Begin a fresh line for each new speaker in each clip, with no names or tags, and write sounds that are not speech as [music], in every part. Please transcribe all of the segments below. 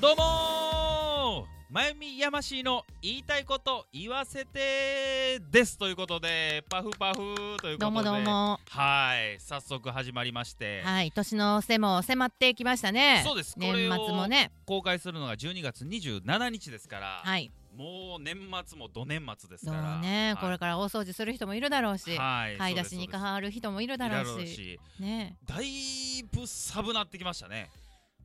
どうもーまゆみやましいの言いたいこと言わせてですということでパフパフということで
どうもどうも。
はい早速始まりまして、
はい、年の瀬も迫ってきましたね。
そうですこ
年
れを
末もね。
公開するのが12月27日ですから、
はい。
もう年末もど年末です
そ
か
う
ら
ね、
はい
これから大掃除する人もいるだろうし、
はい
買い出しに変
わ
わる人もいるだろうし、ね。
だいぶ寒なってきました
[laughs]
ね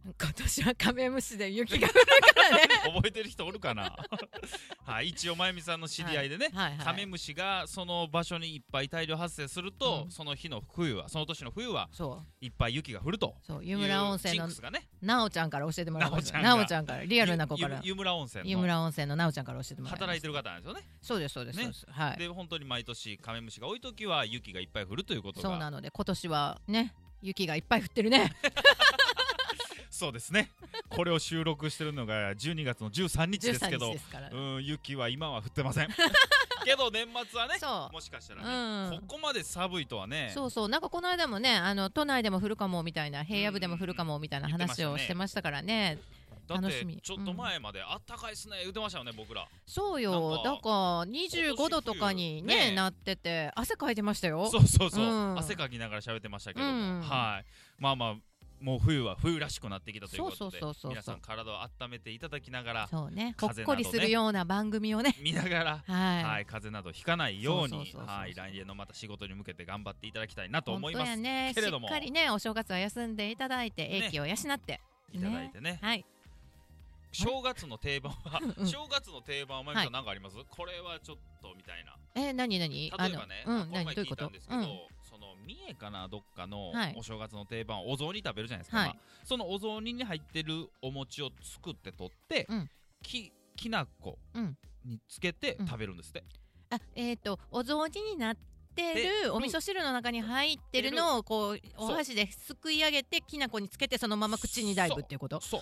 今年はカメムシで雪が降るからね。
覚えてる人おるかな [laughs] はい一応まゆみさんの知り合いでね、
はいは
カメ
い。
ムシがその場所にいっぱい大量発生すると、
うん
その日の冬はその年の冬は
そう、
いっぱい雪が降ると
そう、
い
湯
う
村温泉
ジン
の
クスがね
なおちゃんから教えてもらいました。
な
な
お
お
ち
ちゃんから、リアルな子から
ゆ。湯村温泉の
湯村温泉のなおちゃんから教えてもらいました。
働いてる方なんですよね、
そうです、そうです、
ね
そうです。はい。
で本当に毎年カメムシが多い時は雪がいっぱい降るということが
そうなので、今年はね、雪がいっぱい降ってるね。
そうです
[laughs]
ねこれを収録してるのが12月の13日 [laughs] ですけ
13日
ど
ですから
う。ん雪は今は降ってま
[laughs]
せんけど年末はね
そう。
もしかしたらね、
うん
ここまで寒いとはね
そうそうなんかこの間もねあの都内でも降るかもみたいな平野部でも降るかもみたいな
うん言ってました
話
ね
をしてましたからね
だっ
楽してみ
ちょっと前まであったかいっすね言ってましたよね僕ら
そう
な
よ
んか
だから25度とかに
今年
ね
ね
なってて汗かいてましたよ
そうそうそう、
うん
汗かきながら喋ってましたけど、
うん
はいまあまあもう冬は冬らしくなってきたということで
そうそうそうそう
皆さん体を温めていただきながら
そうね
風邪
ほっ
などね
こりするような番組をね
見ながら、
はい、
はい、風邪などひかないよう
そう
に
そうそうそうそう
はい来年のまた仕事に向けて頑張っていただきたいなと
本
思い
当
ます
やね
けれども
しっかりねお正月は休んでいただいて英気を養って、
いただいてね
はい
正月の定番は、
うんうん
正月の定番はまゆみさん何かあります、これはちょっとみたいな
えー、何何あ
例え
の
ばね
うん
この
何
前
どう
聞
いう
い
こ
た
と
んですけど、その三重かなどっかの
はい
お正月の定番お雑煮食べるじゃないですか、
はい
まあそのお雑煮に入ってるお餅を作って取って、
うん
ききな粉
うん
につけて
うん
食べるんですって、
あえっ、とお雑煮になってるお味噌汁の中に入ってるのをこうお
そう
箸ですくい上げてきな粉につけてそのまま口にダイブっていうこと
そう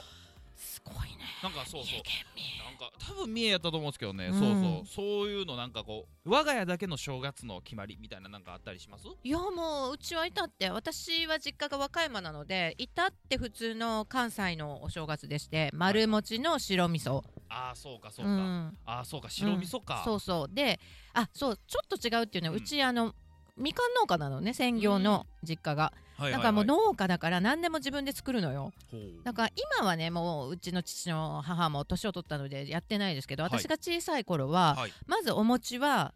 すごいね
なんかそう
三
そう
重県民
なんか多分三重やったと思うんですけどね、
うん
そうそうそういうのなんかこう我が家だけの正月の決まりみたいななんかあったりします
いやもううちはいたって私は実家が和歌山なのでいたって普通の関西のお正月でして丸餅の白味噌
ああそうかそう
う
か、
ん
ああそうか白味噌か、
そうそうであそうちょっと違うっていうのは、
うん
うちあのみかん農家なのね専業の実家が、
はいはいはい
だからもう農家だから何でも自分で作るのよ、
ほう
だから今はねもううちの父の母も年を取ったのでやってないですけど
はい
私が小さい頃は、
はい
まずお餅は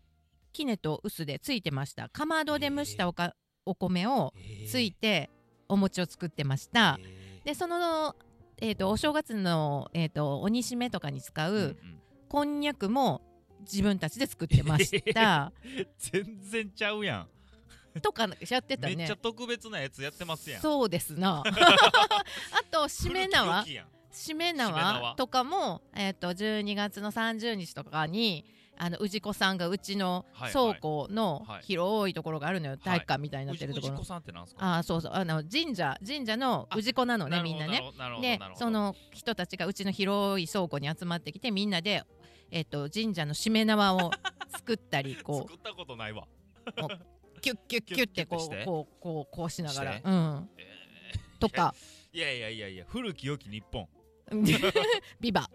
きねと臼でついてましたかまどで蒸したおか、お米をついてお餅を作ってました、
えー
でその、えー、とお正月の、えー、とお煮しめとかに使
うんう
うんこんにゃくも自分たちで作ってました、
[laughs] 全然ちゃうやん
とかやってたね
めっちゃ特別なやつやってますやん。
そうです
[laughs]
な [laughs] あとしめ縄
古き良きやん
しめ
しめ縄
縄とかも、えっと12月の30日とかにあの氏子さんがうちの
はい
倉庫の
はい
広いところがあるのよ、体育館みたいになってるところ、
うじうじこさんってなんですか。
ああそうそうあの神社神社の氏子なのねみんなね
ね。なるほど
で
なるほど
その人たちがうちの広い倉庫に集まってきてみんなで、えっと神社のしめ縄を作っ
[laughs]
たりこ
作ったことないわ。
うキュッキュッキュッってこ
キュッキュッてして
うこうこうこうしなが
し
ら
て、
うん、
え [laughs]
とか
ーいやいやいやいや古き良き日
[laughs]
本。
「ビバ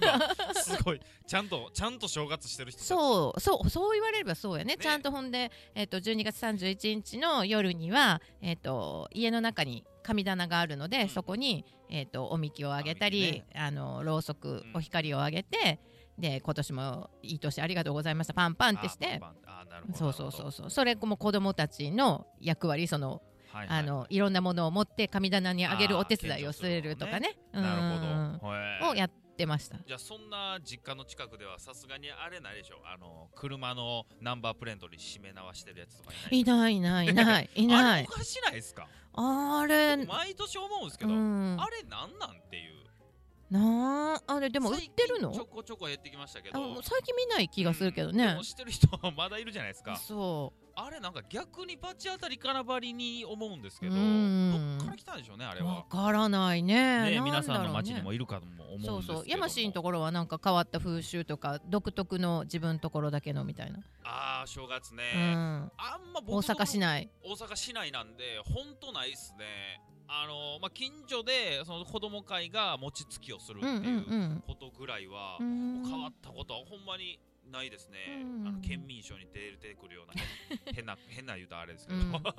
今すごいちゃんとちゃんと正月してる人たち。
そうそうそう言われればそうやね
ね
ちゃんとほんで、えっと12月31日の夜には、えっと家の中に神棚があるので、
うん
そこに、えっとおみきをあげた
あみ
り、
き
あのろうそく、
うん
お光をあげてで今年もいい年ありがとうございましたパンパンってして
あー。パンパンあーなるほど。
そうそうそうう。そうそれも子供たちの役割その、
はい
い
はい
あのいろんなものを持って神棚にあげるお手伝いをするとかね
なる
うん
ほど。へー
をやってました
じゃあそんな実家の近くではさすがにあれないでしょあの車のナンバープレートに締め縄してるやつとかいない
いないいない
[laughs]
いないいな
あれ
い
おかしないですか
あれ
毎年思うんですけ
う
ど、
ん
あれなんなんっていう
なああれで
で
も売ってるの
ちょこちょこ減ってきましたけ
あ
ど
最近見ない気がするけどね
うんでも、してる人はまだいるじゃないですか
そ
あれなんか逆にバチ当たりからばりに思うんですけど
う
ど
ん
っから来たんでしょうねあれ
わ
は。
からないね
ね
なんだろう
皆さんの街にも
ね
いるかとも思うんですけ
そ
ど
う
も
そう山氏のところはなんか変わった風習とか独特の自分のところだけのみたいな、
ああ正月ね、
うん、
あんま僕
大阪市
内
内
大阪市内なんでほんとないっすねあのまあ近所でその子供会が餅つきをするっ
う
て
んうん
いう
うん
ことぐらいは、
うん
変わったことはほんまにないですね、
うん
あの県民賞に出てくる
[laughs]
ような変変な変な言うとあれですけど、
う
[laughs]
ん
変わっ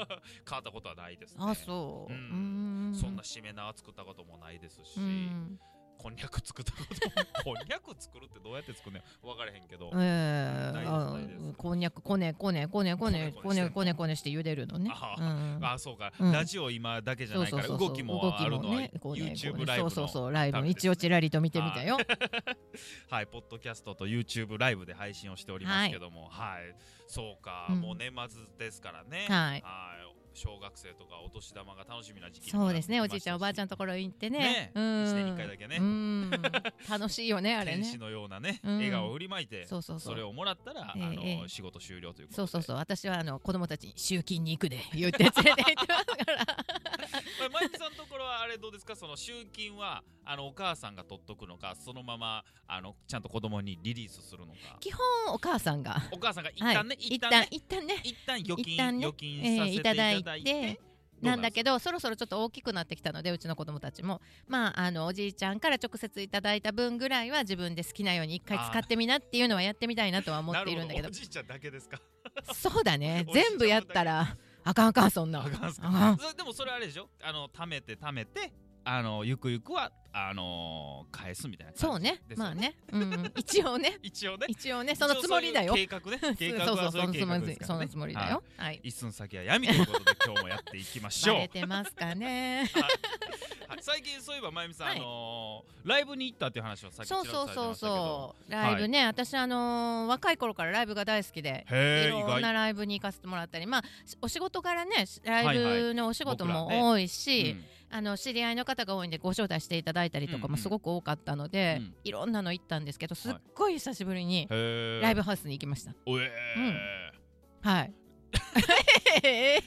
たことはないですね
あそう、
う
うん
そんなしめ縄作ったこともないですし、
うん
こんにゃく作ったことも [laughs] こんにゃく作るってどうやって作るの分からへんけど、
ええ
ないです
あ
ないです
こんにゃくこねこねこねこねこ
こねこねして
ねこねこねして茹でるのね
あ
うん
あそうか、
うん
ラジオ今だけじゃ
そう
ない
そ
か
う
ら
そう
動きもあるのは
ねこうねこう
YouTube
ね
ライブの
そうそうそうライブ
た
の
めですね
一応ちらりと見てみたよ、
はい、ポッドキャストと YouTube ライブで配信をしておりますけども、はい、そうか、
うん
もう年末ですからね、
はい
小学生とかお年玉が楽しみな時期にな
そうですね、お
ってき
じ
ましたし
いちゃん、おばあちゃんのところ行ってね
ね。
うん
一年に一回だけね
うん。楽しいよね、あれ
[laughs] 天使
ね。
のようなね、
うん
笑顔を振りまいて、
そうそうそ
れ
う。
をもらったら、
ええ
あの
ええ
仕事終了ということで
そうそうそう、私はあの子供たちに集金に行くで、言って連れて行ってますから。
まあ、マイクさんのところはあれどうですかその集金はあのお母さんが取っとくのかそのままあのちゃんと子供にリリースするのか
基本お母さんが。
お母さんが一
は
旦ね、
い
一
一
旦ね
旦、一旦ね。
一旦預金
一旦ね
預金させていただいて,どう
ええいただい
すか、
てなんだけどそろそろちょっと大きくなってきたのでうちの子供たちもまああのおじいちゃんから直接いただいた分ぐらいは自分で好きなように一回使ってみなっていうのはやってみたいなとは思っているんだけ
な [laughs]
ど
ほおじいちゃんだけですか
そうだね
おじいちゃん
全部やったらあかんあかんそんな
あ
ん
かんっすか
あ
それでもそれあれでしょあの貯めて貯めてあのゆくゆくはあのー返すみたいな感じ
そうね
ですよ
まあね、うんうん、一
[laughs]
応ね
一応ね
一応ねそのつもりだよ
一応そういう計画ね計画
[laughs] そうそ
は
う
そう
そ
いう計
のつも
画
り
ですからね
そのつもりだ
は
よはい
い一寸先は闇ということで今日もやっていきましょ
バ
う
[laughs] レてますかね
はい最近そういえばまゆみさん、
はい
あのーライブに行ったっていう話を [laughs] さっきちら
そ
っ
う
とさ
そ
れ
う
て
そ
ま
う
したけど
そうライブね私あのー若い頃からライブが大好きで
へえ
い
意
ろんな
外
ライブに行かせてもらったりまあお仕事からねライ
はい
ブのお仕事
僕らね
も多いし、
うん
あの知り合いの方が多いんでご招待していただいたりとか
うんう
も
ん
すごく多かったので、
うん
いろんなの行ったんですけどすっごい久しぶりに
へえ
ライブハウスに行きました。
おえー
うんはい
えー、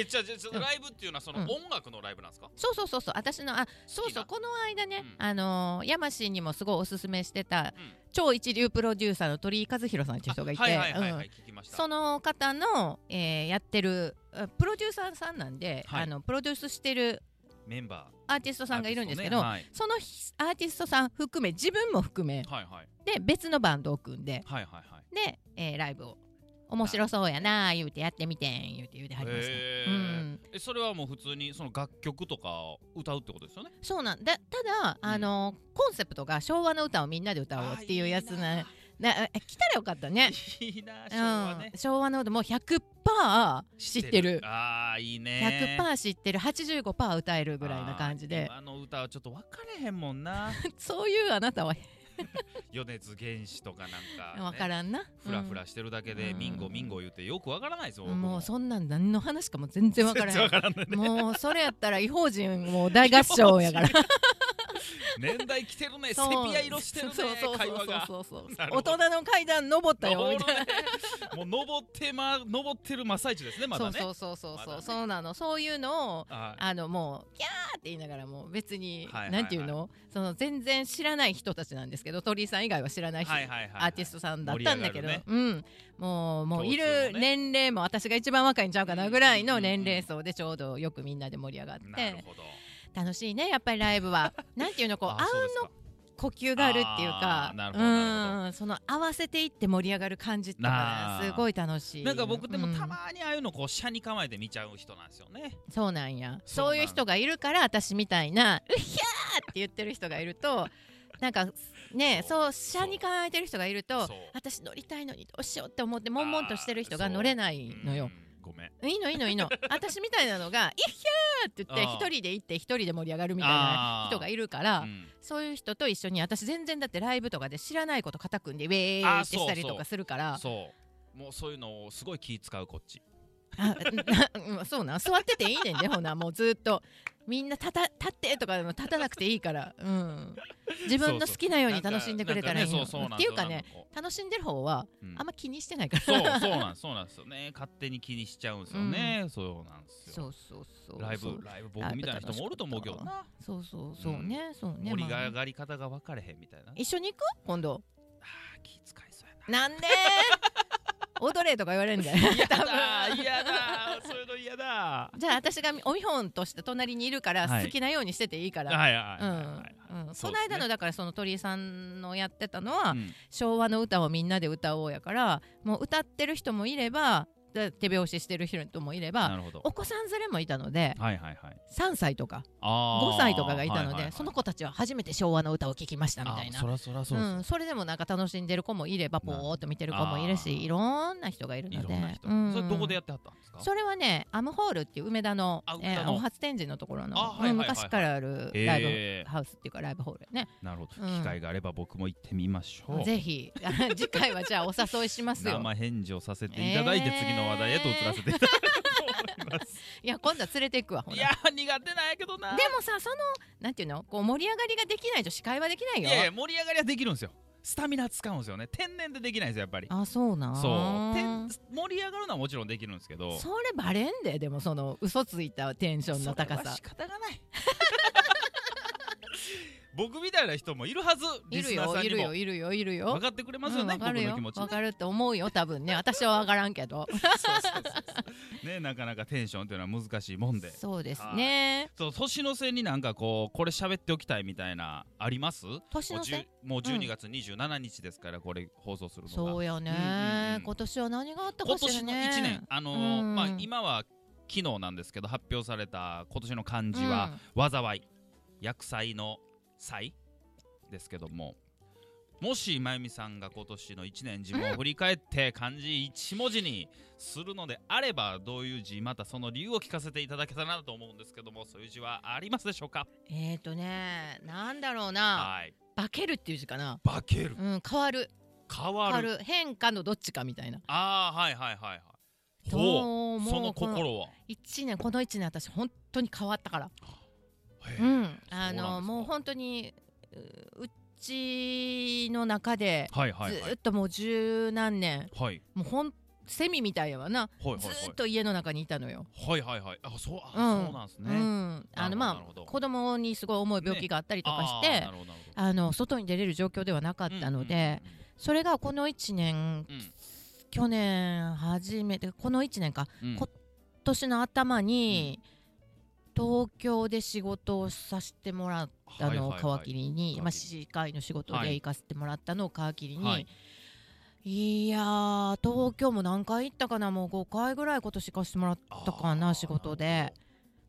えじゃあじゃあちょっと
うん
ライブっていうのはその
うん
音楽のライブなんですか、
[laughs] そうそうそうそう私のあそうそうこの間ね、あのー、山氏にもすごいおすすめしてた、
うん
超一流プロデューサーの鳥居和弘さんっていう人がいて
はいはいはい、
う
は
ん
い、聞きました
その方の、えーやってるあプロデューサーさんなんで、
はい
あのプロデュースしてる
メンバー
アーティストさんがいるんですけど、
アーティス
そのひアーティストさん含め自分も含め
トねはい、はい
で別のバンドを組んで
はいはいはいはい
で、えーライブを面白そうやなー言うてやってみてん言うて言うてはりました、
へ
う
ー
ん、
えそれはもう普通にその楽曲とかを歌うってことですよね
そうなんだただ、
うん
あのコンセプトが昭和の歌をみんなで歌おうっていうやつななえ来たらよかったね
いいな昭和ね
うん、昭和の歌もう100%知ってる
あーいいね
100%知ってる85%歌えるぐらいな感じで
あー今の歌はちょっと分かれへんもん
[laughs]
な
そういうあなたは
米津玄師とかなんか、ね、
分からんな、
ふらふ
う
らしてるだけで、
うん
ミンゴミンゴ言ってよくわからないですよ、
ん
僕
もうそんなん何の話かも全然分からへん
全然わからんね
もうそれやったら異邦人もう大合唱やから
年代来てるね [laughs] セ
そう
ピア色してるね
そうそう
会話が
そうそうそう
なるほ
大
ど
人の階段登ったよみたいな、
な [laughs] もう登ってま登ってる真っ最中ですねまだね
そうそうそうそう、
まだね
そうなのそういうのを
あ
あのもうキャーって言いながらもう別に、
はいはいはい
なんていうのその全然知らない人たちなんですけど鳥居さん以外は知らない人、
はいはいはいはい
アーティストさんだったんだけど、
盛り
うん、もうもう
共
い
通のね
る年齢も私が一番若いんちゃうかなぐらいの年齢層でちょうどよくみんなで盛り上がっ
なる
て
ほど
楽しいねやっぱりライブはなんていうのこうあ
あそうですか
呼吸があるっていうか
あーなるほどなる
うんその合わせていって盛り上がる感じっていうの
あ
が
ー
すごい楽しい
なんか僕でもた
うん
まにああいうのこう車に構えて見ちゃう人なんですよね
そうなんや
そうなん
そういう人がいるから私みたいな [laughs] 「うひゃー!」って言ってる人がいるとなんかね
そ
そうう車に構えてる人がいると私乗りたいのにどうしようって思って悶々としてる人
あ
が
ー
乗れな
う
い
ん
のよ。
ごめん
いいのいいのいいの私みたいなの
[laughs]
が「いっひゃー!」って言って
あー
一人で行って一人で盛り上がるみたいな
あー
人がいるから、
うん
そういう人と一緒に私全然だってライブとかで知らないこと肩組んでウェーイ
あー
ってしたり
そうそう
とかするから
そうもうそういうのをすごい気使うこっち
あな [laughs] うんそうなん座ってていいねんでほなもうずっとみんな立た立ってとかでも立たなくていいから、うん、自分の好きなように楽しんでくれたらいい
なんか
の
ねそうそう
っ
なん
て
ですよ
いうかね、楽しんでる方
なん
は
かこううん
あんま気にしてないから
そうそうなんそうなんですよね勝手に気にしちゃうんですよね、そうなんですよ
そうそうそう
ライブ
そう
ライブ僕みたいな人もおると思うけどな
そうそうそうね、そうね
盛り
まあ
上がり方が分かれへんみたいな、
一緒に行く今
[laughs]
度
あー気使いそうやな
なんで踊れとか言われるんだよ
嫌
多分
だ嫌だそういうの嫌 [laughs] だ
じゃあ私がお見本として隣にいるから
はい
好きなようにしてていいから、
はいはい
うん
はいはい
うん
そ
こ
う
の
ですね
間のだからその鳥居さんのやってたのは、
うん
昭和の歌をみんなで歌おうやからもう歌ってる人もいればで手拍子してる人もいれば
なるほど
お子さん連れもいたので
はいはいはい
3歳とか
あー
5歳とかがいたので、
ははは
その子たちは初めて昭和の歌を聴きましたみたい
あ
な
そらそらそうです、
ん、それでもなんか楽しんでる子もいればぽーっと見てる子もいる
あー
しいろんな人がいる
い
ので
ろんな人、
うん
それどこでやってはったんですか
それはねアムホールっていう梅田の
あ
え
梅田
ー
の
お初展示のところの
あはいはいはいはい
うん昔からあるライ
え
ブハウスっていうかライブホールやね、
ー、なるほど、
うん
機会があれば僕も行ってみましょう
ぜひ次回はじゃあお誘いしますよ
生返事をさせていただいて、
えー
次の話題へと移らせていただこうと思います [laughs]
いや今度は連れていくわほない
やー苦手なんやけどな
でもさそのなんていうのこう盛り上がりができないと司会はできない
い
よ
やいや盛り上がりはできるんですよスタミナ使うんですよね天然でできないんですよやっぱり
あそうなん
そうてん盛り上がるのはもちろんできるんですけど
それバレんででもその嘘ついたテンションの高
それは仕
さ
方がない僕みたいな人もいるはず
い
リ
る
スナー
よ
さん
い
に
る
も
よいるよいるよ
分かってくれますよね、
うん
僕
わかる
の
よ
気持ちね
わかると思うよ多分ね私はわからんけど
そうそうそうねなかなかテンションというのは難しいもんで
そうですね
そう年の瀬になんかこうこれ喋っておきたいみたいなあります
年
もう
の
じゅ
瀬
もう12月27日ですから、これ放送するの
そ
が
うよね、
うんうんうん
今年は何があった
今
かしら
年の
ね
1年あのー
うん
まあ今は昨日なんですけど発表された今年の漢字は、災い薬剤の災ですけどももしまゆみさんが今年の1年自分を振り返って漢字1文字にするのであればどういう字またその理由を聞かせていただけたらなと思うんですけどもそういう字はありますでしょうか
うんえっ、ー、とねなんだろうな
はい
化けるっていう字かな
化ける
うん変わる
変
変
わ
わ
る
る変化のどっちかみたいな
ああはいはいはいはいほ
そう
う
もう
その
この
心は
一年この一年私本当に変わったから
へえ
うんあ
そうなんですか
のもう本当にううちの中で
はいはいはい
ずっともう十何年
はい
もうほんセミみたいやわな
はいはい
ずーっと家の中にいたのよ。
はいはいはいあそうあ
うん
そうなんです
う
ね
ん、あの
なる
ま
ほ
あ
ど
子供にすごい重い病気があったりとかして、
あーなるほどなるほど
あの外に出れる状況ではなかったので、それがこの1年
うんうんうん
去年初めてこの1年か
うんうん
こ今年の頭に、東京で仕事をさせてもらったのを
はいはいはい
皮切りに、まあ、
皮切
市会の仕事
は
で
い
行かせてもらったのを皮切りに、
はいい、
やー東京も何回行ったかなもう5回ぐらい今年行かせてもらったか
あ
な
ー
仕事で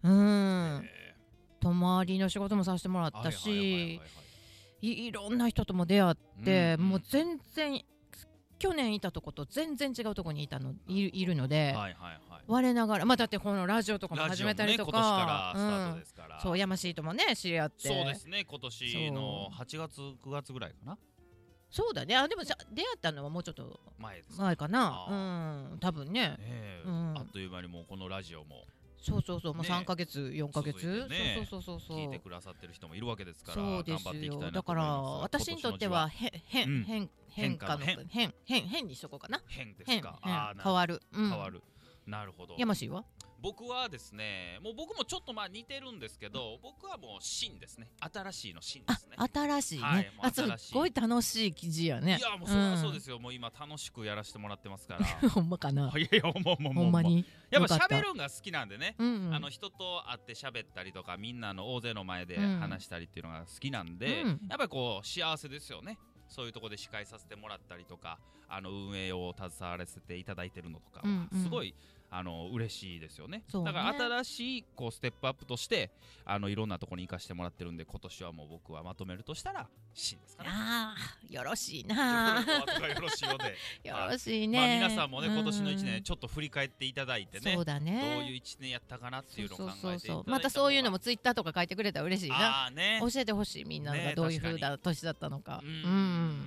なるほ
う
ど
ん
へ
泊まりの仕事もさせてもらっ
ー
たし
はい
いいろんな人とも出会っ
はいはいはい
て、
んん
もう全然去年いたとこと全然違うとこにいたのいるいるの
は
で、
いはいはい
我ながらまあだってこのラジオとかも
ラ
始
ジオも
めたり
ね
と
今
か
年からスタートですか
う
ら
ん、そうやましいともね知り合って
そうですね今年の8月9月ぐらいかな
そうだねあでもさ出会ったのはもうちょっと
前ですね
前かなうん多分ね
え
うん
あっという間にもうこのラジオも
そうそうそう、まあ、
ね
3か月4か月、
続いてね
そうそうそうそう
聞い
そ
て
う
くださってる人もいるわけですから
そうで
頑
す
張っていきた
よ
いな
だ
と
か
思い
ら
ます
私にとっては変
う
変
ん
変変化の
変化
変変変変にしとこうかな
変です
変
かあー
変
な
変わる、うん、
変わるなるほど
やましいわ
僕はですねもう僕もちょっとまあ似てるんですけど僕はもう新ですね新しいの新で
あ
すね
新しいね、
はいもう
あすっ
新しい
ごい楽しい記事やね
いやもうそりゃ
ん
そうですよもう今楽しくやらせてもらって
[laughs]
ますから
ほんまかない
やいやもうもうもう
ほんまに
やっ
よ
ぱ
かった
喋るんが好きなんでね
うんうん
あの人と会って喋ったりとかみんなの大勢の前で
うん
話したりっていうのが好きなんで、
うん
やっぱりこう幸せですよねそういうとこで司会させてもらったりとかあの運営を携わらせていただいてるのとかは
うんうん
すごい、あの嬉しいですよね
そう
だ
ね
から新しいこうステップアップとしてあのいろんなとこに行かしてもらってるんで今年はもう僕はまとめるとしたら新ですかね。
ああよろしい
あ [laughs]
な
あよろしい
[laughs]
よで、
よろしいね、
まあ、皆さんもね
う
今年の1年ちょっと振り返っていただいてね
そうだ
どう
ね
いう1年やったかなっていうのを考えていた
そ
だ
う
い
そ
た方
うそうそう
が
またそういうのもツイッターとか書いてくれたら嬉しいな
ああね
教えてほしいみんな
ね
が
え
どういう風
確か
だ年だったのか、
う
うん
ん、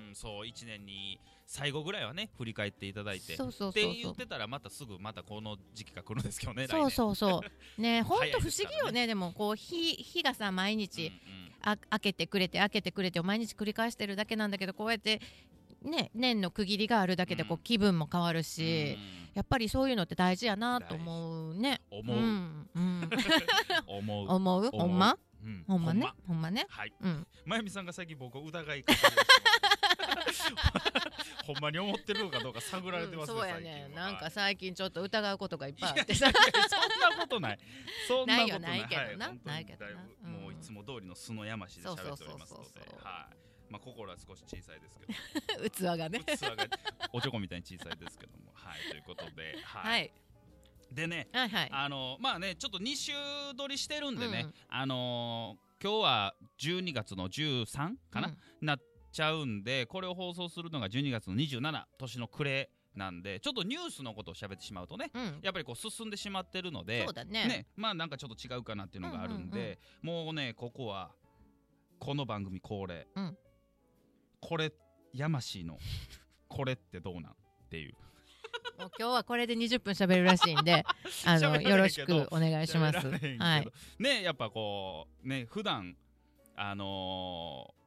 うん
そう1年に最後ぐらいはね振り返っていただいて
そうそう
って
そう
言
そ
っ
う
てたらまたすぐまたこの時期が来るんですけどね来
そう
年
そうそうね本
[laughs] 早い
当不
です
思
からね
議よねでもこう日日がさ毎日、
うんうん
あ開けてくれて開けてくれてを毎日繰り返してるだけなんだけどこうやってね年の区切りがあるだけでこ
う
うん気分も変わるし、
うん
やっぱりそういうのって大事やなと思うね。
思う、
ん
[laughs]
うん、
思う、
思う
思う
ほんま
うん
ほんま
ほ
ねほんまね
はい
うん
まゆみさんが最近僕を疑いかけてる [laughs] ほんまに思ってるのかどうか探られてますね、
うんそうや
最近は
ねなんか最近ちょっと疑うことがいっぱいあって
いや
さ
いやそんなことない。そんなことない。
ないよないけどな
はい本当に
ないけどな
だぶ
うん
もういつも通りの素の山市で喋っておりますの
そうそうそう
で
そう、
はい。まあ心は少し小さいですけど、
[laughs] 器がね
器がおちょこみたいに小さいですけども、はいということで、はい。
[laughs] はい
でね、
はいはい
あのまあねちょっと二週撮りしてるんでね、
うん
あのー今日は12月の13かな、
うん
なっちゃうんでこれを放送するのが12月の27年の暮れなんでちょっとニュースのことを喋ってしまうとね
うん
やっぱりこう進んでしまってるので
そうだね
ねまあなんかちょっと違うかなっていうのがあるんで、もうねここはこの番組恒例、
うん
これやましいの
[laughs]
これってどうなんっていう
もう今日はこれで20分喋るらしい
[laughs]
んであ
喋られへ
の
んけど
よろしくお願いします
喋られへんけど
はい
ねやっぱこうね普段あのー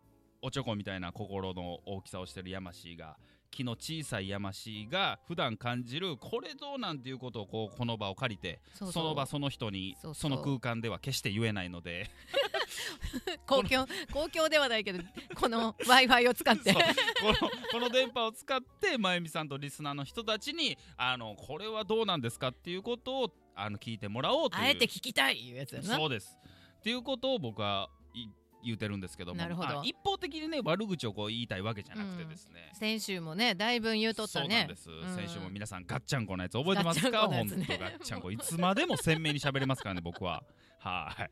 おちょこみたいな心の大きさをしてるやましいが気の小さいやましいが普段感じるこれどうなんていうことをこうこの場を借りて
そ
その場その人に
そう
そ
そう
の空間では決して言えないので
公共公共ではないけどこの w i f i を使っ
そ
て
うこの [laughs] この電波を使ってまゆみさんとリスナーの人たちにあのこれはどうなんですかっていうことをあの聞いてもらおうという
あえて聞きたいいうやつやな
そうですっていうことを僕はい言うてるんですけども
なるほど
あ一方的にね悪口をこう言いたいわけじゃなくてですね、
先週もねだいぶ言うとった
そうなん
ね
です、
うん
先週も皆さんガッチャンコのやつ覚えてますか
ガッチャンコのや
本
つ
当
ね
ガッチャンコいつまでも鮮明に喋れますからね僕ははい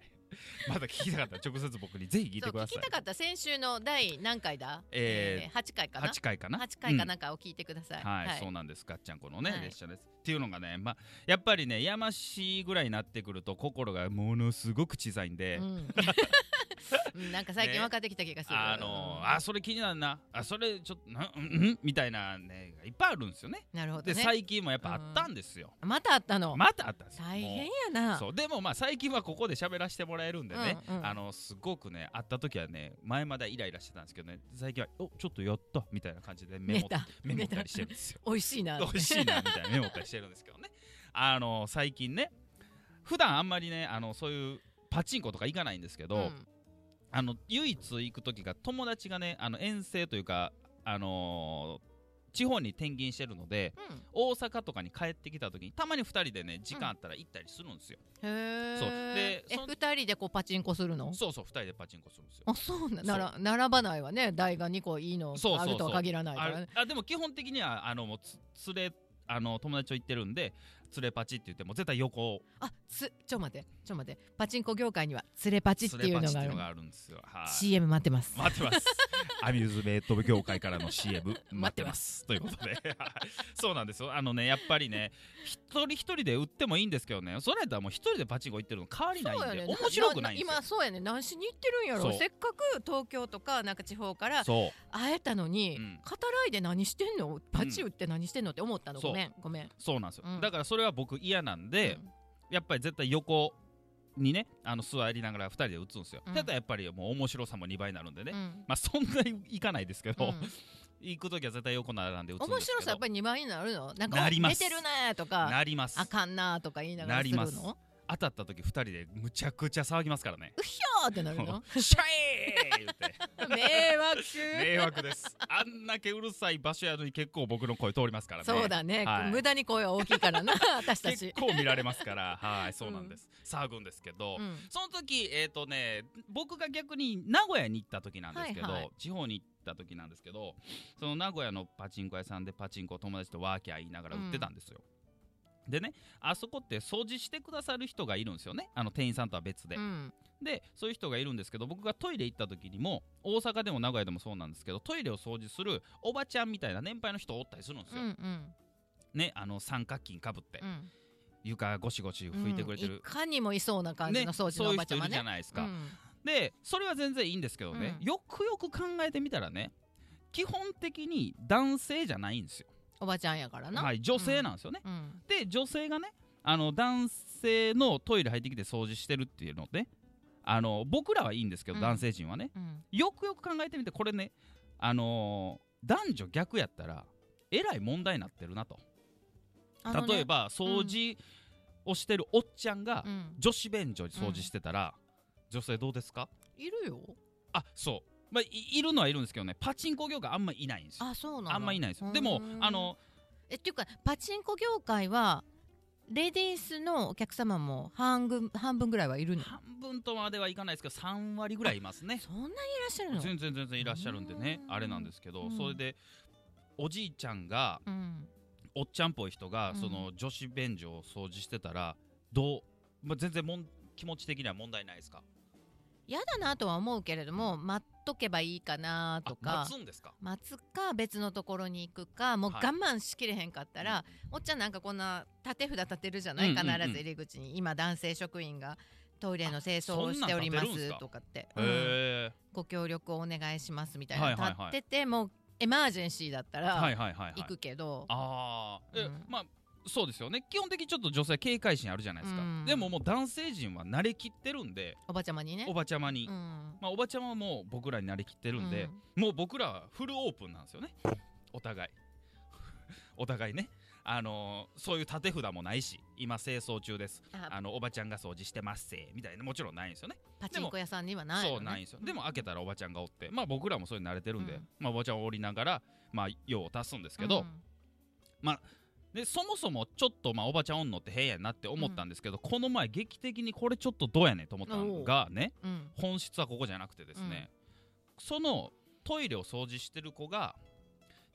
まだ聞きたかったら直接僕にぜひ聞い
そ
て
う
くだ
聞
さい
きたかった先週の第何回だ
え
8回かな
8回かな
8回か
うん
なんかを聞いてください
はい、
はい
そうなんですガッチャンコのね、
はい
列車ですっていうのがね、まあ、やっぱりねやましいぐらいになってくると心がものすごく小さいんで、 [laughs]
うん [laughs] うんなんか最近
ね
分かってきた気がする。
あのあそれ気になるなあそれちょっとなうんうんみたいなねがいっぱいあるんですよね
なるほど
で
ね。
最近もやっぱあったんですよ、
またあったの。
またあったんですよ
大変や
もう
な。
そうでもまあ最近はここで喋らせてもらえるんでね、
うんうん
あのすごくね会った時はね前までイライラしてたんですけどね最近はおちょっとやったみたいな感じでメ
ネ
モ
タ
メモ
ネ
った
タ
りしてるんですよ
[laughs] 美味しいな。
美味しいなみたいなメモったりしてるんですけどねあの最近ね普段あんまりねあのそういうパチンコとか行かないんですけど、
うん
あの唯一行く時が友達がねあの遠征というか、あのー地方に転勤してるので大阪とかに帰ってきた時にたまに2人でね時間あったら行ったりするんですよ、
うんへー
そうで
え
そん
二人でこうパチンコするの？
そうそう2人でパチンコするんですよ
あそうななら並ばないわね。台が二個いいの
そうそう
あ
そう
るとは限らないか
あ
らね
れ。あでも基本的にはあのもうつ連れあの友達と行ってるんで連れパチって言っても絶対横を
あつちょ待ってちょ待ってパチンコ業界には連れパチって
連
い
れ
う
パチ
の
って
があ
いう
る
の。があるんですよはい
CM 待ってます。
待って
[laughs]
ますアミューズメント業界からの CM 待ってますということで [laughs] そうなんですよあのねやっぱりね一人一人で売ってもいいんですけどねそれやったらもう一人でパチンコ行ってるの変わりないん
そう
で、
やね
面白くないんですよ
今そうやね何しに行ってるんや
そ
ろ
う
せっかく東京とかなんか地方から
そ
会えたのに、
うん
語らいで何してんのパチ打って何してんのって思ったの、
そう
ごめんごめん
うそうなんですよ、
うん
だからそれは僕嫌なんで、やっぱり絶対横にねあの座りながら二人で打つんですよ、
うん
だったらやっぱりもう面白さも2倍になるんでね、
うんうん
まあそんなにいかないですけど、
うん
行く時は絶対横並んで打つんですけど
面白さやっぱり2倍になるのなんか
なります
出てるねとか
なります
あかんなとか言いながら
な
す
り
るの
ます当たった時二人でむちゃくちゃ騒ぎますからね
うひょーってなる [laughs] の
シャイ言って
迷惑
迷惑ですあんだけうるさい場所やのに結構僕の声通りますからね
そうだね、
はい
無駄に声は大き
[laughs]
いからな私た
結
ち、
構見られますから
[laughs]
はいそうなんです、騒ぐんですけど、
うん
その時えっ、とね僕が逆に名古屋に行った時なんですけど、
はいはい
地方に行った時なんですけどその名古屋のパチンコ屋さんでパチンコを友達とワーキャー言いながら売ってたんですよ、でねあそこって掃除してくださる人がいるんですよねあの店員さんとは別で、
うん
でそういう人がいるんですけど僕がトイレ行った時にも大阪でも名古屋でもそうなんですけどトイレを掃除するおばちゃんみたいな年配の人おったりするんです
うん
よ、
うん
ねあの三角巾かぶって、
うん
床ゴシゴシ拭いてくれて
うんい
る、
かにもいそうな感じ
ね
の掃除
そう
のお
いう
ばち
人
ゃ
い
ま
るじ
ね
ゃないですか、
うん
でそれは全然いいんですけどね、
うん
よくよく考えてみたらね基本的に男性じゃないんですよ、
おばちゃんやからな、
はい、女性なんですよね、
うん
で女性がねあの男性のトイレ入ってきて掃除してるっていうのであの僕らはいいんですけど、
うん
男性陣はね
うん、
よくよく考えてみてこれねあのー男女逆やったらえらい問題になってるなと、
あのね
例え、ば掃除をしてるおっちゃんが、
うん、
女子便所で掃除してたら、女性どうですか
いるよ
あそう、まあ、いいるのはいるんですけどねパチンコ業界あんまいないんですよ
あそうなの
あんまいないですよでも
うーん
あの
えっていうかパチンコ業界はレディースのお客様も半分半分ぐらいはいるの
半分とまではいかないですけど3割ぐらいいますね
そんなにいらっしゃるの
全然全然いらっしゃるんでね
うん
あれなんですけど、
うん
それでおじいちゃんが
うん、
おっちゃんっぽい人が、
うん
その女子便所を掃除してたらどう、まあ、全然もん気持ち的には問題ないですか
やだなとは思うけれども待っとけばいいかなと
あ
か
待つんですか
待つか別のところに行くかもう
は
我
い
慢しきれへんかったら、おっちゃんなんかこんな立て札立てるじゃない、
うんうんうん
必ず入り口に今男性職員がトイレの清掃をしておりま
あそんなん立てるんす
す
か
とかって、
へえ、
ご協力をお願いしますみたいな、
はいはいはい
立っててもうエマージェンシーだった
はい
ら
はいはいはい
行くけど、
ああ、え
うん
まあそうですよね基本的にちょっと女性警戒心あるじゃないですか、
うん
でももう男性陣は慣れきってるんで
おばちゃまにね
おばちゃまに、
うん
まあ、おばちゃまはもう僕らに慣れきってるんで、もう僕らはフルオープンなんですよねお互い [laughs] お互いねあのーそういう立て札もないし今清掃中です
うんあ
あのおばちゃんが掃除してますせみたいなもちろんないんですよね
パチンコ屋さんにはない
そ
の、ね、
うないんですよでも開けたらおばちゃんがおってまあ僕らもそれに慣れてるんで、
うん
まあおばちゃんを降りながらまあ用を足すんですけど、でそもそもちょっとまあおばちゃんおんのって変やなって思ったんですけど、この前劇的にこれちょっとどうやねんと思ったのがね
うん、うん
本質はここじゃなくてですね、そのトイレを掃除してる子が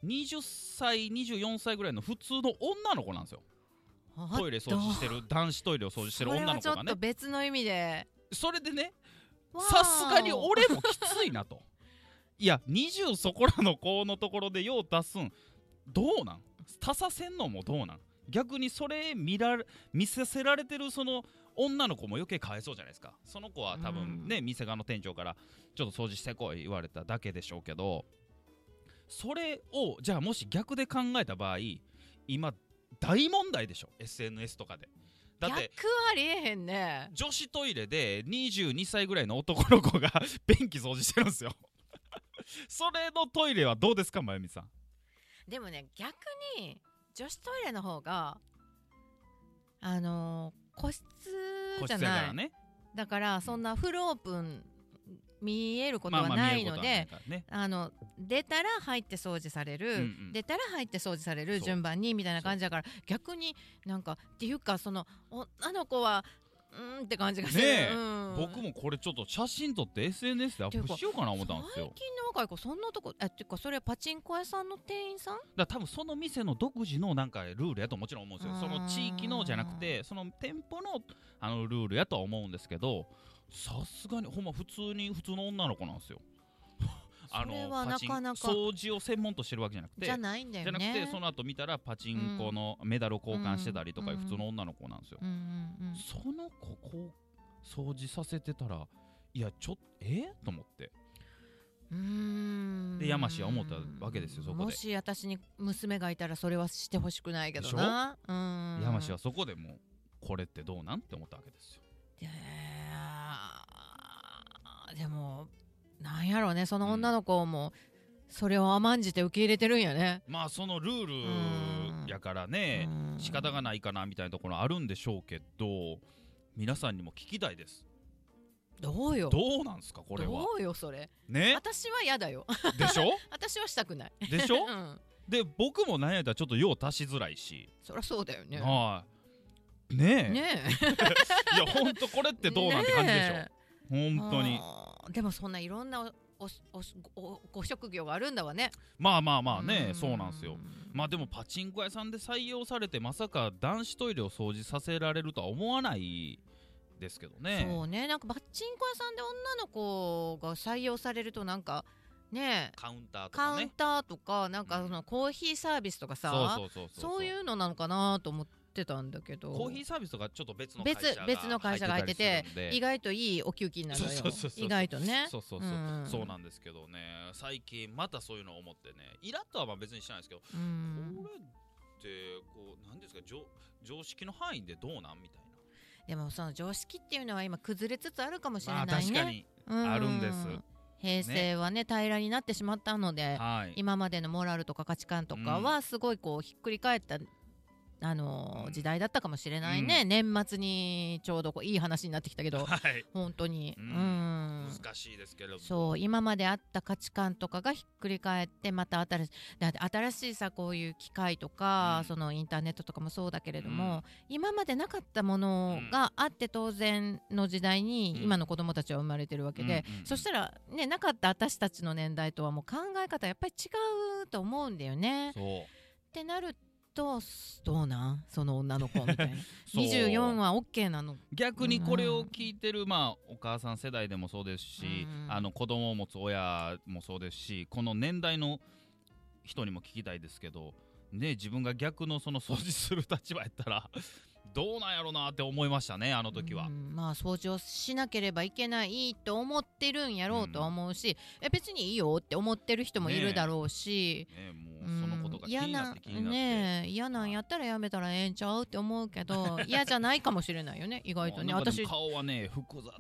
20歳24歳ぐらいの普通の女の子なんですよ
あ
トイレ掃除してる男子トイレを掃除してる女の子
それはちょ
が
っ
ね
と別の意味で
それでね
わー
さすがに俺もきついな
[laughs]
といや20そこらの子のところで用出すんどうなん足させんのもどうなん逆にそれ見られ見せせられてるその女の子も余計かわいそうじゃないですかその子は多分ね、店側の店長からちょっと掃除してこい言われただけでしょうけどそれをじゃあもし逆で考えた場合今大問題でしょ SNS とかでだって
逆はありえへんね
女子トイレで22歳ぐらいの男の子が便器掃除してるんですよ [laughs] それのトイレはどうですかまゆみさん
でもね逆に女子トイレの方があのー個室
個室
じゃ
やか
ない
らね
だからそんなフルオープン見えること
ま
は
あまあ
な
見
い
える
の
こと
で、
はないからね
あの出たら入って掃除される、
うんうん
出たら入って掃除される
そう
順番にみたいな感じだから逆になんかっていうかその女の子はうーんって感じがする、
ねえ
うん
僕もこれちょっと写真撮って SNS でアップしようかな思ったんですよ
最近の若い子そんなとこえっていうかそれはパチンコ屋さんの店員さん
だから多分その店の独自のなんかルールやともちろん思うんですよ
あー
その地域のじゃなくてその店舗のあのルールやとは思うんですけどさすがにほんま普通に普通の女の子なんですよあの
[laughs] それはなかなか
パチン掃除を専門としてるわけじゃなくて
じゃないんだ
じ
よ
ゃなく
ね
てその後見たらパチンコのメダルを交換してたりとかいう
うん
普通の女の子なんですよ、
うんうんうん
その子こう掃除させてたらいやちょっとえーと思って
うーん
で山氏は思ったわけですよそこで
もし私に娘がいたらそれはしてほしくないけどなうん
山氏はそこでもうこれってどうなんって思ったわけですよ
いやーでもなんやろうねその女の子もそれを甘んじて受け入れてるんやね、
まあそのルールやからね
うん
仕方がないかなみたいなところあるんでしょうけど皆さんにも聞きたいです
どうよ
どうなんですかこれは
どうよそれ [laughs]
ね
私は嫌だよ
でしょ
私はしたくない
でしょ
[laughs] うん
で僕も何やったらちょっと用足しづらいし
そりゃそうだよね
はいねえ
ねえ
いやほんとこれってどうなんて感じでしょ、
ね
本当に
あーでもそんないろんなおおおおご職業があるんだわね
まあまあまあね
ん
そうなんですよまあでもパチンコ屋さんで採用されてまさか男子トイレを掃除させられるとは思わないですけどね
そうねなんかパチンコ屋さんで女の子が採用されるとなんかねえ
カウンターと
カ
か
ウン
ね
ターとかなんかそのコーヒーサービスとかさ、
そうそうそう
そういうのなのかなと思っってたんだけど
コーヒーサービスとかちょっと別の会
別
社が
別の会社が入って
入た
て
りするんで
意外といいお給金なのよ
そうそうそうそう
意外とね
そうそうそう、
うん
そうなんですけどね最近またそういうのを思ってねイラッとはまあ別にしてないですけど、
うん
これってこうなんですか常常識の範囲でどうなんみたいな
でもその常識っていうのは今崩れつつあるかもしれ
ま
な
あ
いね、
確かに
う
あるんです
平成はね平らになってしまったので、
はい
今までのモラルとか価値観とかはすごいこうひっくり返った、あのー
うん
時代だったかもしれないね、
う
年末にちょうどこういい話になってきたけど
はい
本当に、
う
うんん、
難しいですけれども
そう今まであった価値観とかがひっくり返ってまた新しいだって新しいさこういう機械とか、
うん
そのインターネットとかもそうだけれども、今までなかったものがあって当然の時代に、
うん
今の子供たちは生まれてるわけで、
うんうんうん
そしたらねなかった私たちの年代とはもう考え方やっぱり違うと思うんだよね。っ
そう
てなるとどうなんその女の子みたいな
[laughs] そう
24は OK なの
逆にこれを聞いてる、まあ、お母さん世代でもそうですし、
うん
あの子供を持つ親もそうですしこの年代の人にも聞きたいですけど、ね、自分が逆のその掃除する立場やったらどうなんやろうなって思いましたねあの時は
う。んまあ掃除をしなければいけないと思ってるんやろうとは思うし、え別にいいよって思ってる人もいるだろうし、
ね、も
う
うそのこと
ん
が気
嫌
になっ
な
て気になって、
ねえ嫌なんやったらやめたらええんちゃうって思うけど嫌じゃないかもしれない
[laughs]
よね意外とね
なんかで
私
も顔はね複雑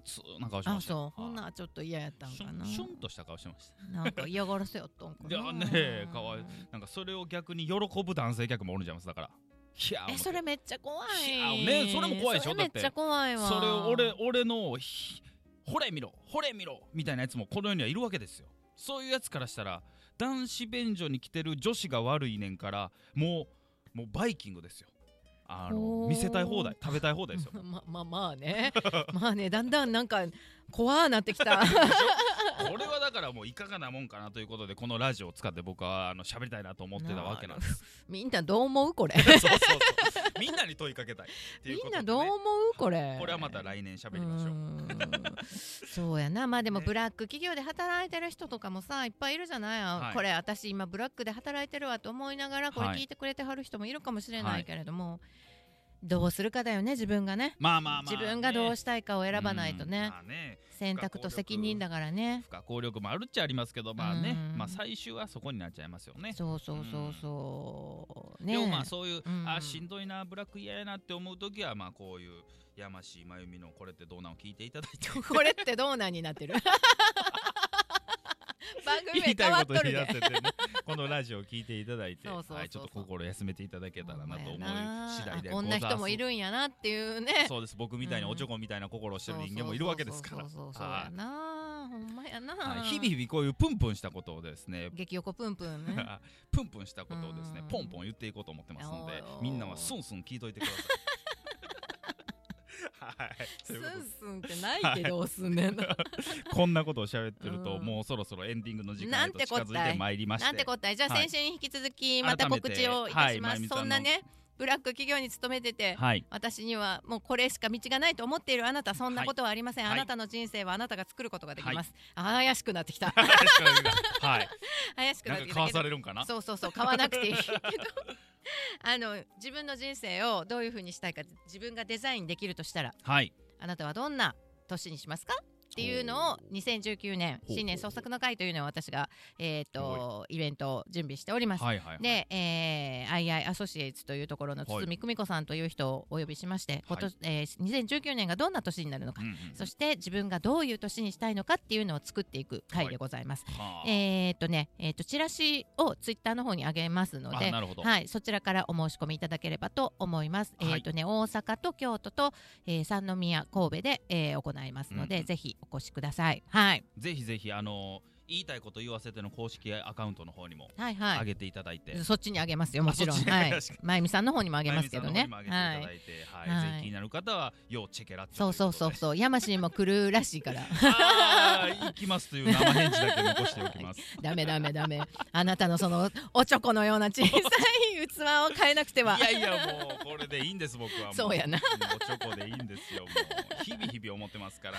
な顔してま
あ
したよ
そうほんな
は
らちょっと嫌やった
い
ん
シ
か
ュ
な
ンシュンとした顔してました
なんか嫌がらせやったんか
いや
な
ねえかわいなんかそれを逆に喜ぶ男性客もおるんじゃいますだからいやー思
え
って
それめっちゃ怖い
いやねそれも怖いでしょ
それめっちゃ怖いわ
それを俺俺のひほれ見ろほれ見ろみたいなやつもこの世にはいるわけですよそういうやつからしたら男子便所に来てる女子が悪いねんからもうもうバイキングですよあの
おー
見せたい放題食べたい放題ですよ [laughs]
ままあまあねまあねだんだんなんか怖なってきた
これはだからもういかがなもんかなということでこのラジオを使って僕はあの喋りたいなと思ってたわけなんです
みんなどう思うこれ
そうそうそうみんなに問いかけたいっていう
み
こ
ん
とで
な
ね、
どう思うこれ
これはまた来年喋りましょう
うそうやなまあでも
ね
ブラック企業で働いてる人とかもさいっぱいいるじゃない、あ
はい
これ私今ブラックで働いてるわと思いながらこれ
はい
聞いてくれてはる人もいるかもしれな
はい
いけれども、どうするかだよね自分がね
まあまあまあ、
自分がどう
し
したいかを選ばないとね
まあね
選択と責任だからね
不可抗力もあるっちゃありますけどまあね
うん
まあ最終はそこになっちゃいますよね。
そうそうそうそうね
でもまあそういう、
うん
あしんどいなブラック嫌やなって思う時はまあこういう山師真由美のこれってどうなの聞いていただいて
[laughs] これってどうなんにな
[laughs]
ってる [laughs] 番組
言
名
いた
変わ
い
っ
こと
る
になっ
で
ててね [laughs] このラジオを聞いていただいて
そうそうそうそう
はいちょっと心休めていただけたらなと思う
ほんまやな
次第で
あ
ご
こ
ざ
ん
いま
な
す
人もいるんやなっていうね
そうです僕みたいにおちょこみたいな心をしてる人間もいるわけですから
そうそうそうそうそう
は
やなほんまやない
はい日々日々こういうプンプンしたことをですね
激横プンプンね
[laughs] プンプンしたことをですね
うん
ポンポン言っていこうと思ってますので
おー
みんなはスンスン聞いといてください。 [laughs] はい、と
ス
い
ン
うことで
スンってないけど押すんねんな
こんなことを喋ってると、
うん
もうそろそろエンディングの時間へと近づいてまいりまして
なんて答えじゃあ
はい
先週に引き続きまた
改めて
告知をいたしま
はい
す、
まゆみさんの
そんなねブラック企業に勤めてて
はい
私にはもうこれしか道がないと思っているあなたそんなことはありません、
はい
あなたの人生はあなたが作ることができます、怪しくなってきた
はい
怪しく
な
なん
か
って
か
きた
わ
け
さ
ど
れるんかな
そうそうそう買わなくてい
[laughs]
いけどあの自分の人生をどういうふうにしたいか自分がデザインできるとしたら
はい
あなたはどんな年にしますかっていうのを2019年
ほう
新年創作の会というのを私が、えー、とイベントを準備しております。
はいはいはい
で、えー、II アソシエイツというところの
はい
堤久美子さんという人をお呼びしまして、今年えー2019年がどんな年になるのか、
うんうん
そして自分がどういう年にしたいのかっていうのを作っていく会でございます。
はあ
えーっとね、えーっとチラシをツイッターの方に上げますの
あ
で
なるほど
はい、そちらからお申し込みいただければと思います。
はい
えーっとね、大阪と京都と、えー三宮、神戸で、えー行いますので、
うんうん
ぜひお越しください。はい、
ぜひぜひあの言いたいこと言わせての公式アカウントの方にも
はい、
上
は
げていただいて、
い。そっちにあげますよ、もちろ
あ
ん。
そっちに
はい
確かに。
まゆみさんの方にもあげますけどね。
まゆみさんの方にも
は
上
い。
げていただいて、はい
はい
ぜひ気になる方は要チェケラッチ
そうそうそうそう、山氏も来るらしいから。 [laughs]
あー行きますという生返事だけ残しておき
[laughs]
ます。
ダメダメダメ。あなたのそのおちょこのような小さい器を変えなくては。
いやいやもうこれでいいんです僕はも
そうやな
もうチョコでいいんですよもう日々日々思ってますから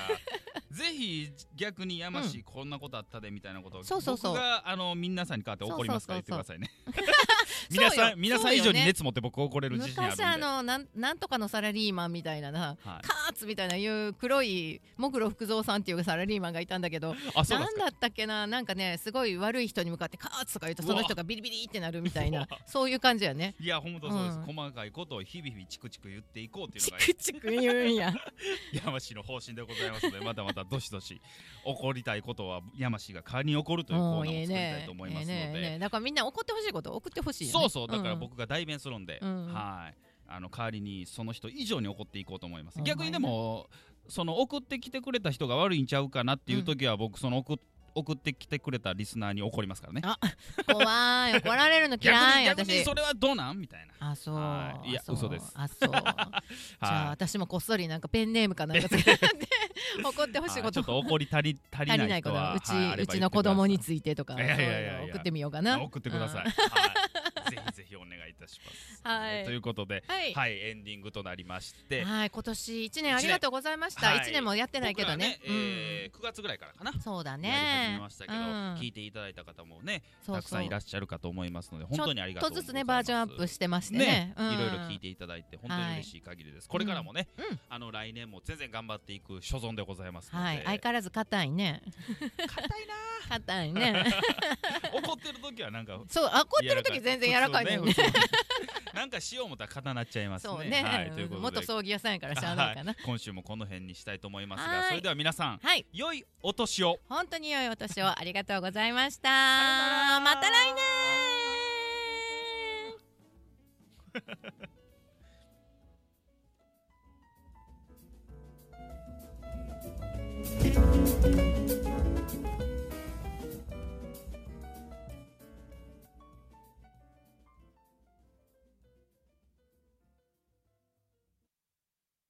ぜひ逆にやましい、こんなことあったでみたいなことを
そうそうそう
僕があの皆さんに代わって怒りますから言ってくださいね
そう
[laughs] 皆
よ
さん皆さん以
そ
上
うよ
に
ね
熱持って僕怒れる自信あるん
昔
で
あのなんなんとかのサラリーマンみたいなな
はい
カーツみたいないう黒い木炉福蔵さんっていうサラリーマンがいたんだけど
あ [laughs] そうなんで
なん
す
だ
か
ったっけななんかねすごい悪い人に向かってカーツとか言うとその人がビリビリってなるみたいうな
[laughs] わ
そういう感じやね
いや本当そうです、
うん
細かいことを日々日々チクチク言っていこうっていう
チ
のが
クチク言う
[laughs]
んや
山氏の方針でございますのでまたまたどしどし怒りたいことは山氏が代わりに怒るというコーナーも
んええ
作りたい
ね
と思い
え
ま
え
すので、
ねえねえだからみんな怒ってほしいこと送ってほしいよね
そうそうだから
ん
僕が代弁するんで、
うん
はいあの代わりにその人以上に怒っていこうと思います
ほんまやな
逆にでもその送ってきてくれた人が悪いんちゃうかなっていう時は僕その送っ送ってきてくれたリスナーに怒りますからね
あ怖い怒られるの
逆
嫌
に
い
逆に
私
それはどうなんみたいな
あそう
はいいや
あそう
嘘です [laughs]
あそうじゃあ
は
私もこっそりなんかペンネームかなんかつ
[laughs]
けて怒って
い
ほしい
は
こ
いちょ
と
っと怒り足り足
足
り
り
な
ない
い
こ
人
と
は
うち
はいあれ
う
ば
ちの子供に
言って
ついてとか
いやいやいやいや
そういうの送ってみようか
くだ
な
さいあ送ってください、
うん
はいぜひぜひお願いいたします、
はい
えーということで
はい
はいエンディングとなりまして、
はい、今年一年ありがとうございました。
はい
一年もやってないけどね。
僕らえー9月ぐらいからかな
うん、そうだ
やり始
ね
めましたけど、
うん
聞いていただいた方もね
そうそう
たくさんいらっしゃるかと思いますので本当にありが
ち
と
ょ
うご
っと
ざいます
ずつねバージョンアップしてましてね
ね。
うん
いろいろ聞いていただいて本当に嬉しい限りです、これからもね、
うん
あの来年も全然頑張っていく所存でございますので、
はい、相変わらず硬い
[laughs]
ね。
硬い
硬いね。
な怒ってる時はなんか
そう、あ怒ってる時全然柔らかいね。
普 [laughs] 通ね普通なんかしよう思ったら硬なっちゃいますね
そうね
はい、というこ。とで
元葬儀屋さんやからしゃあないかな
は。い今週もこの辺にしたいと思いますが
はい
それでは皆さん
はい、
良いお年を
本当に良いお年をありがとうございました。
よなら
また来年。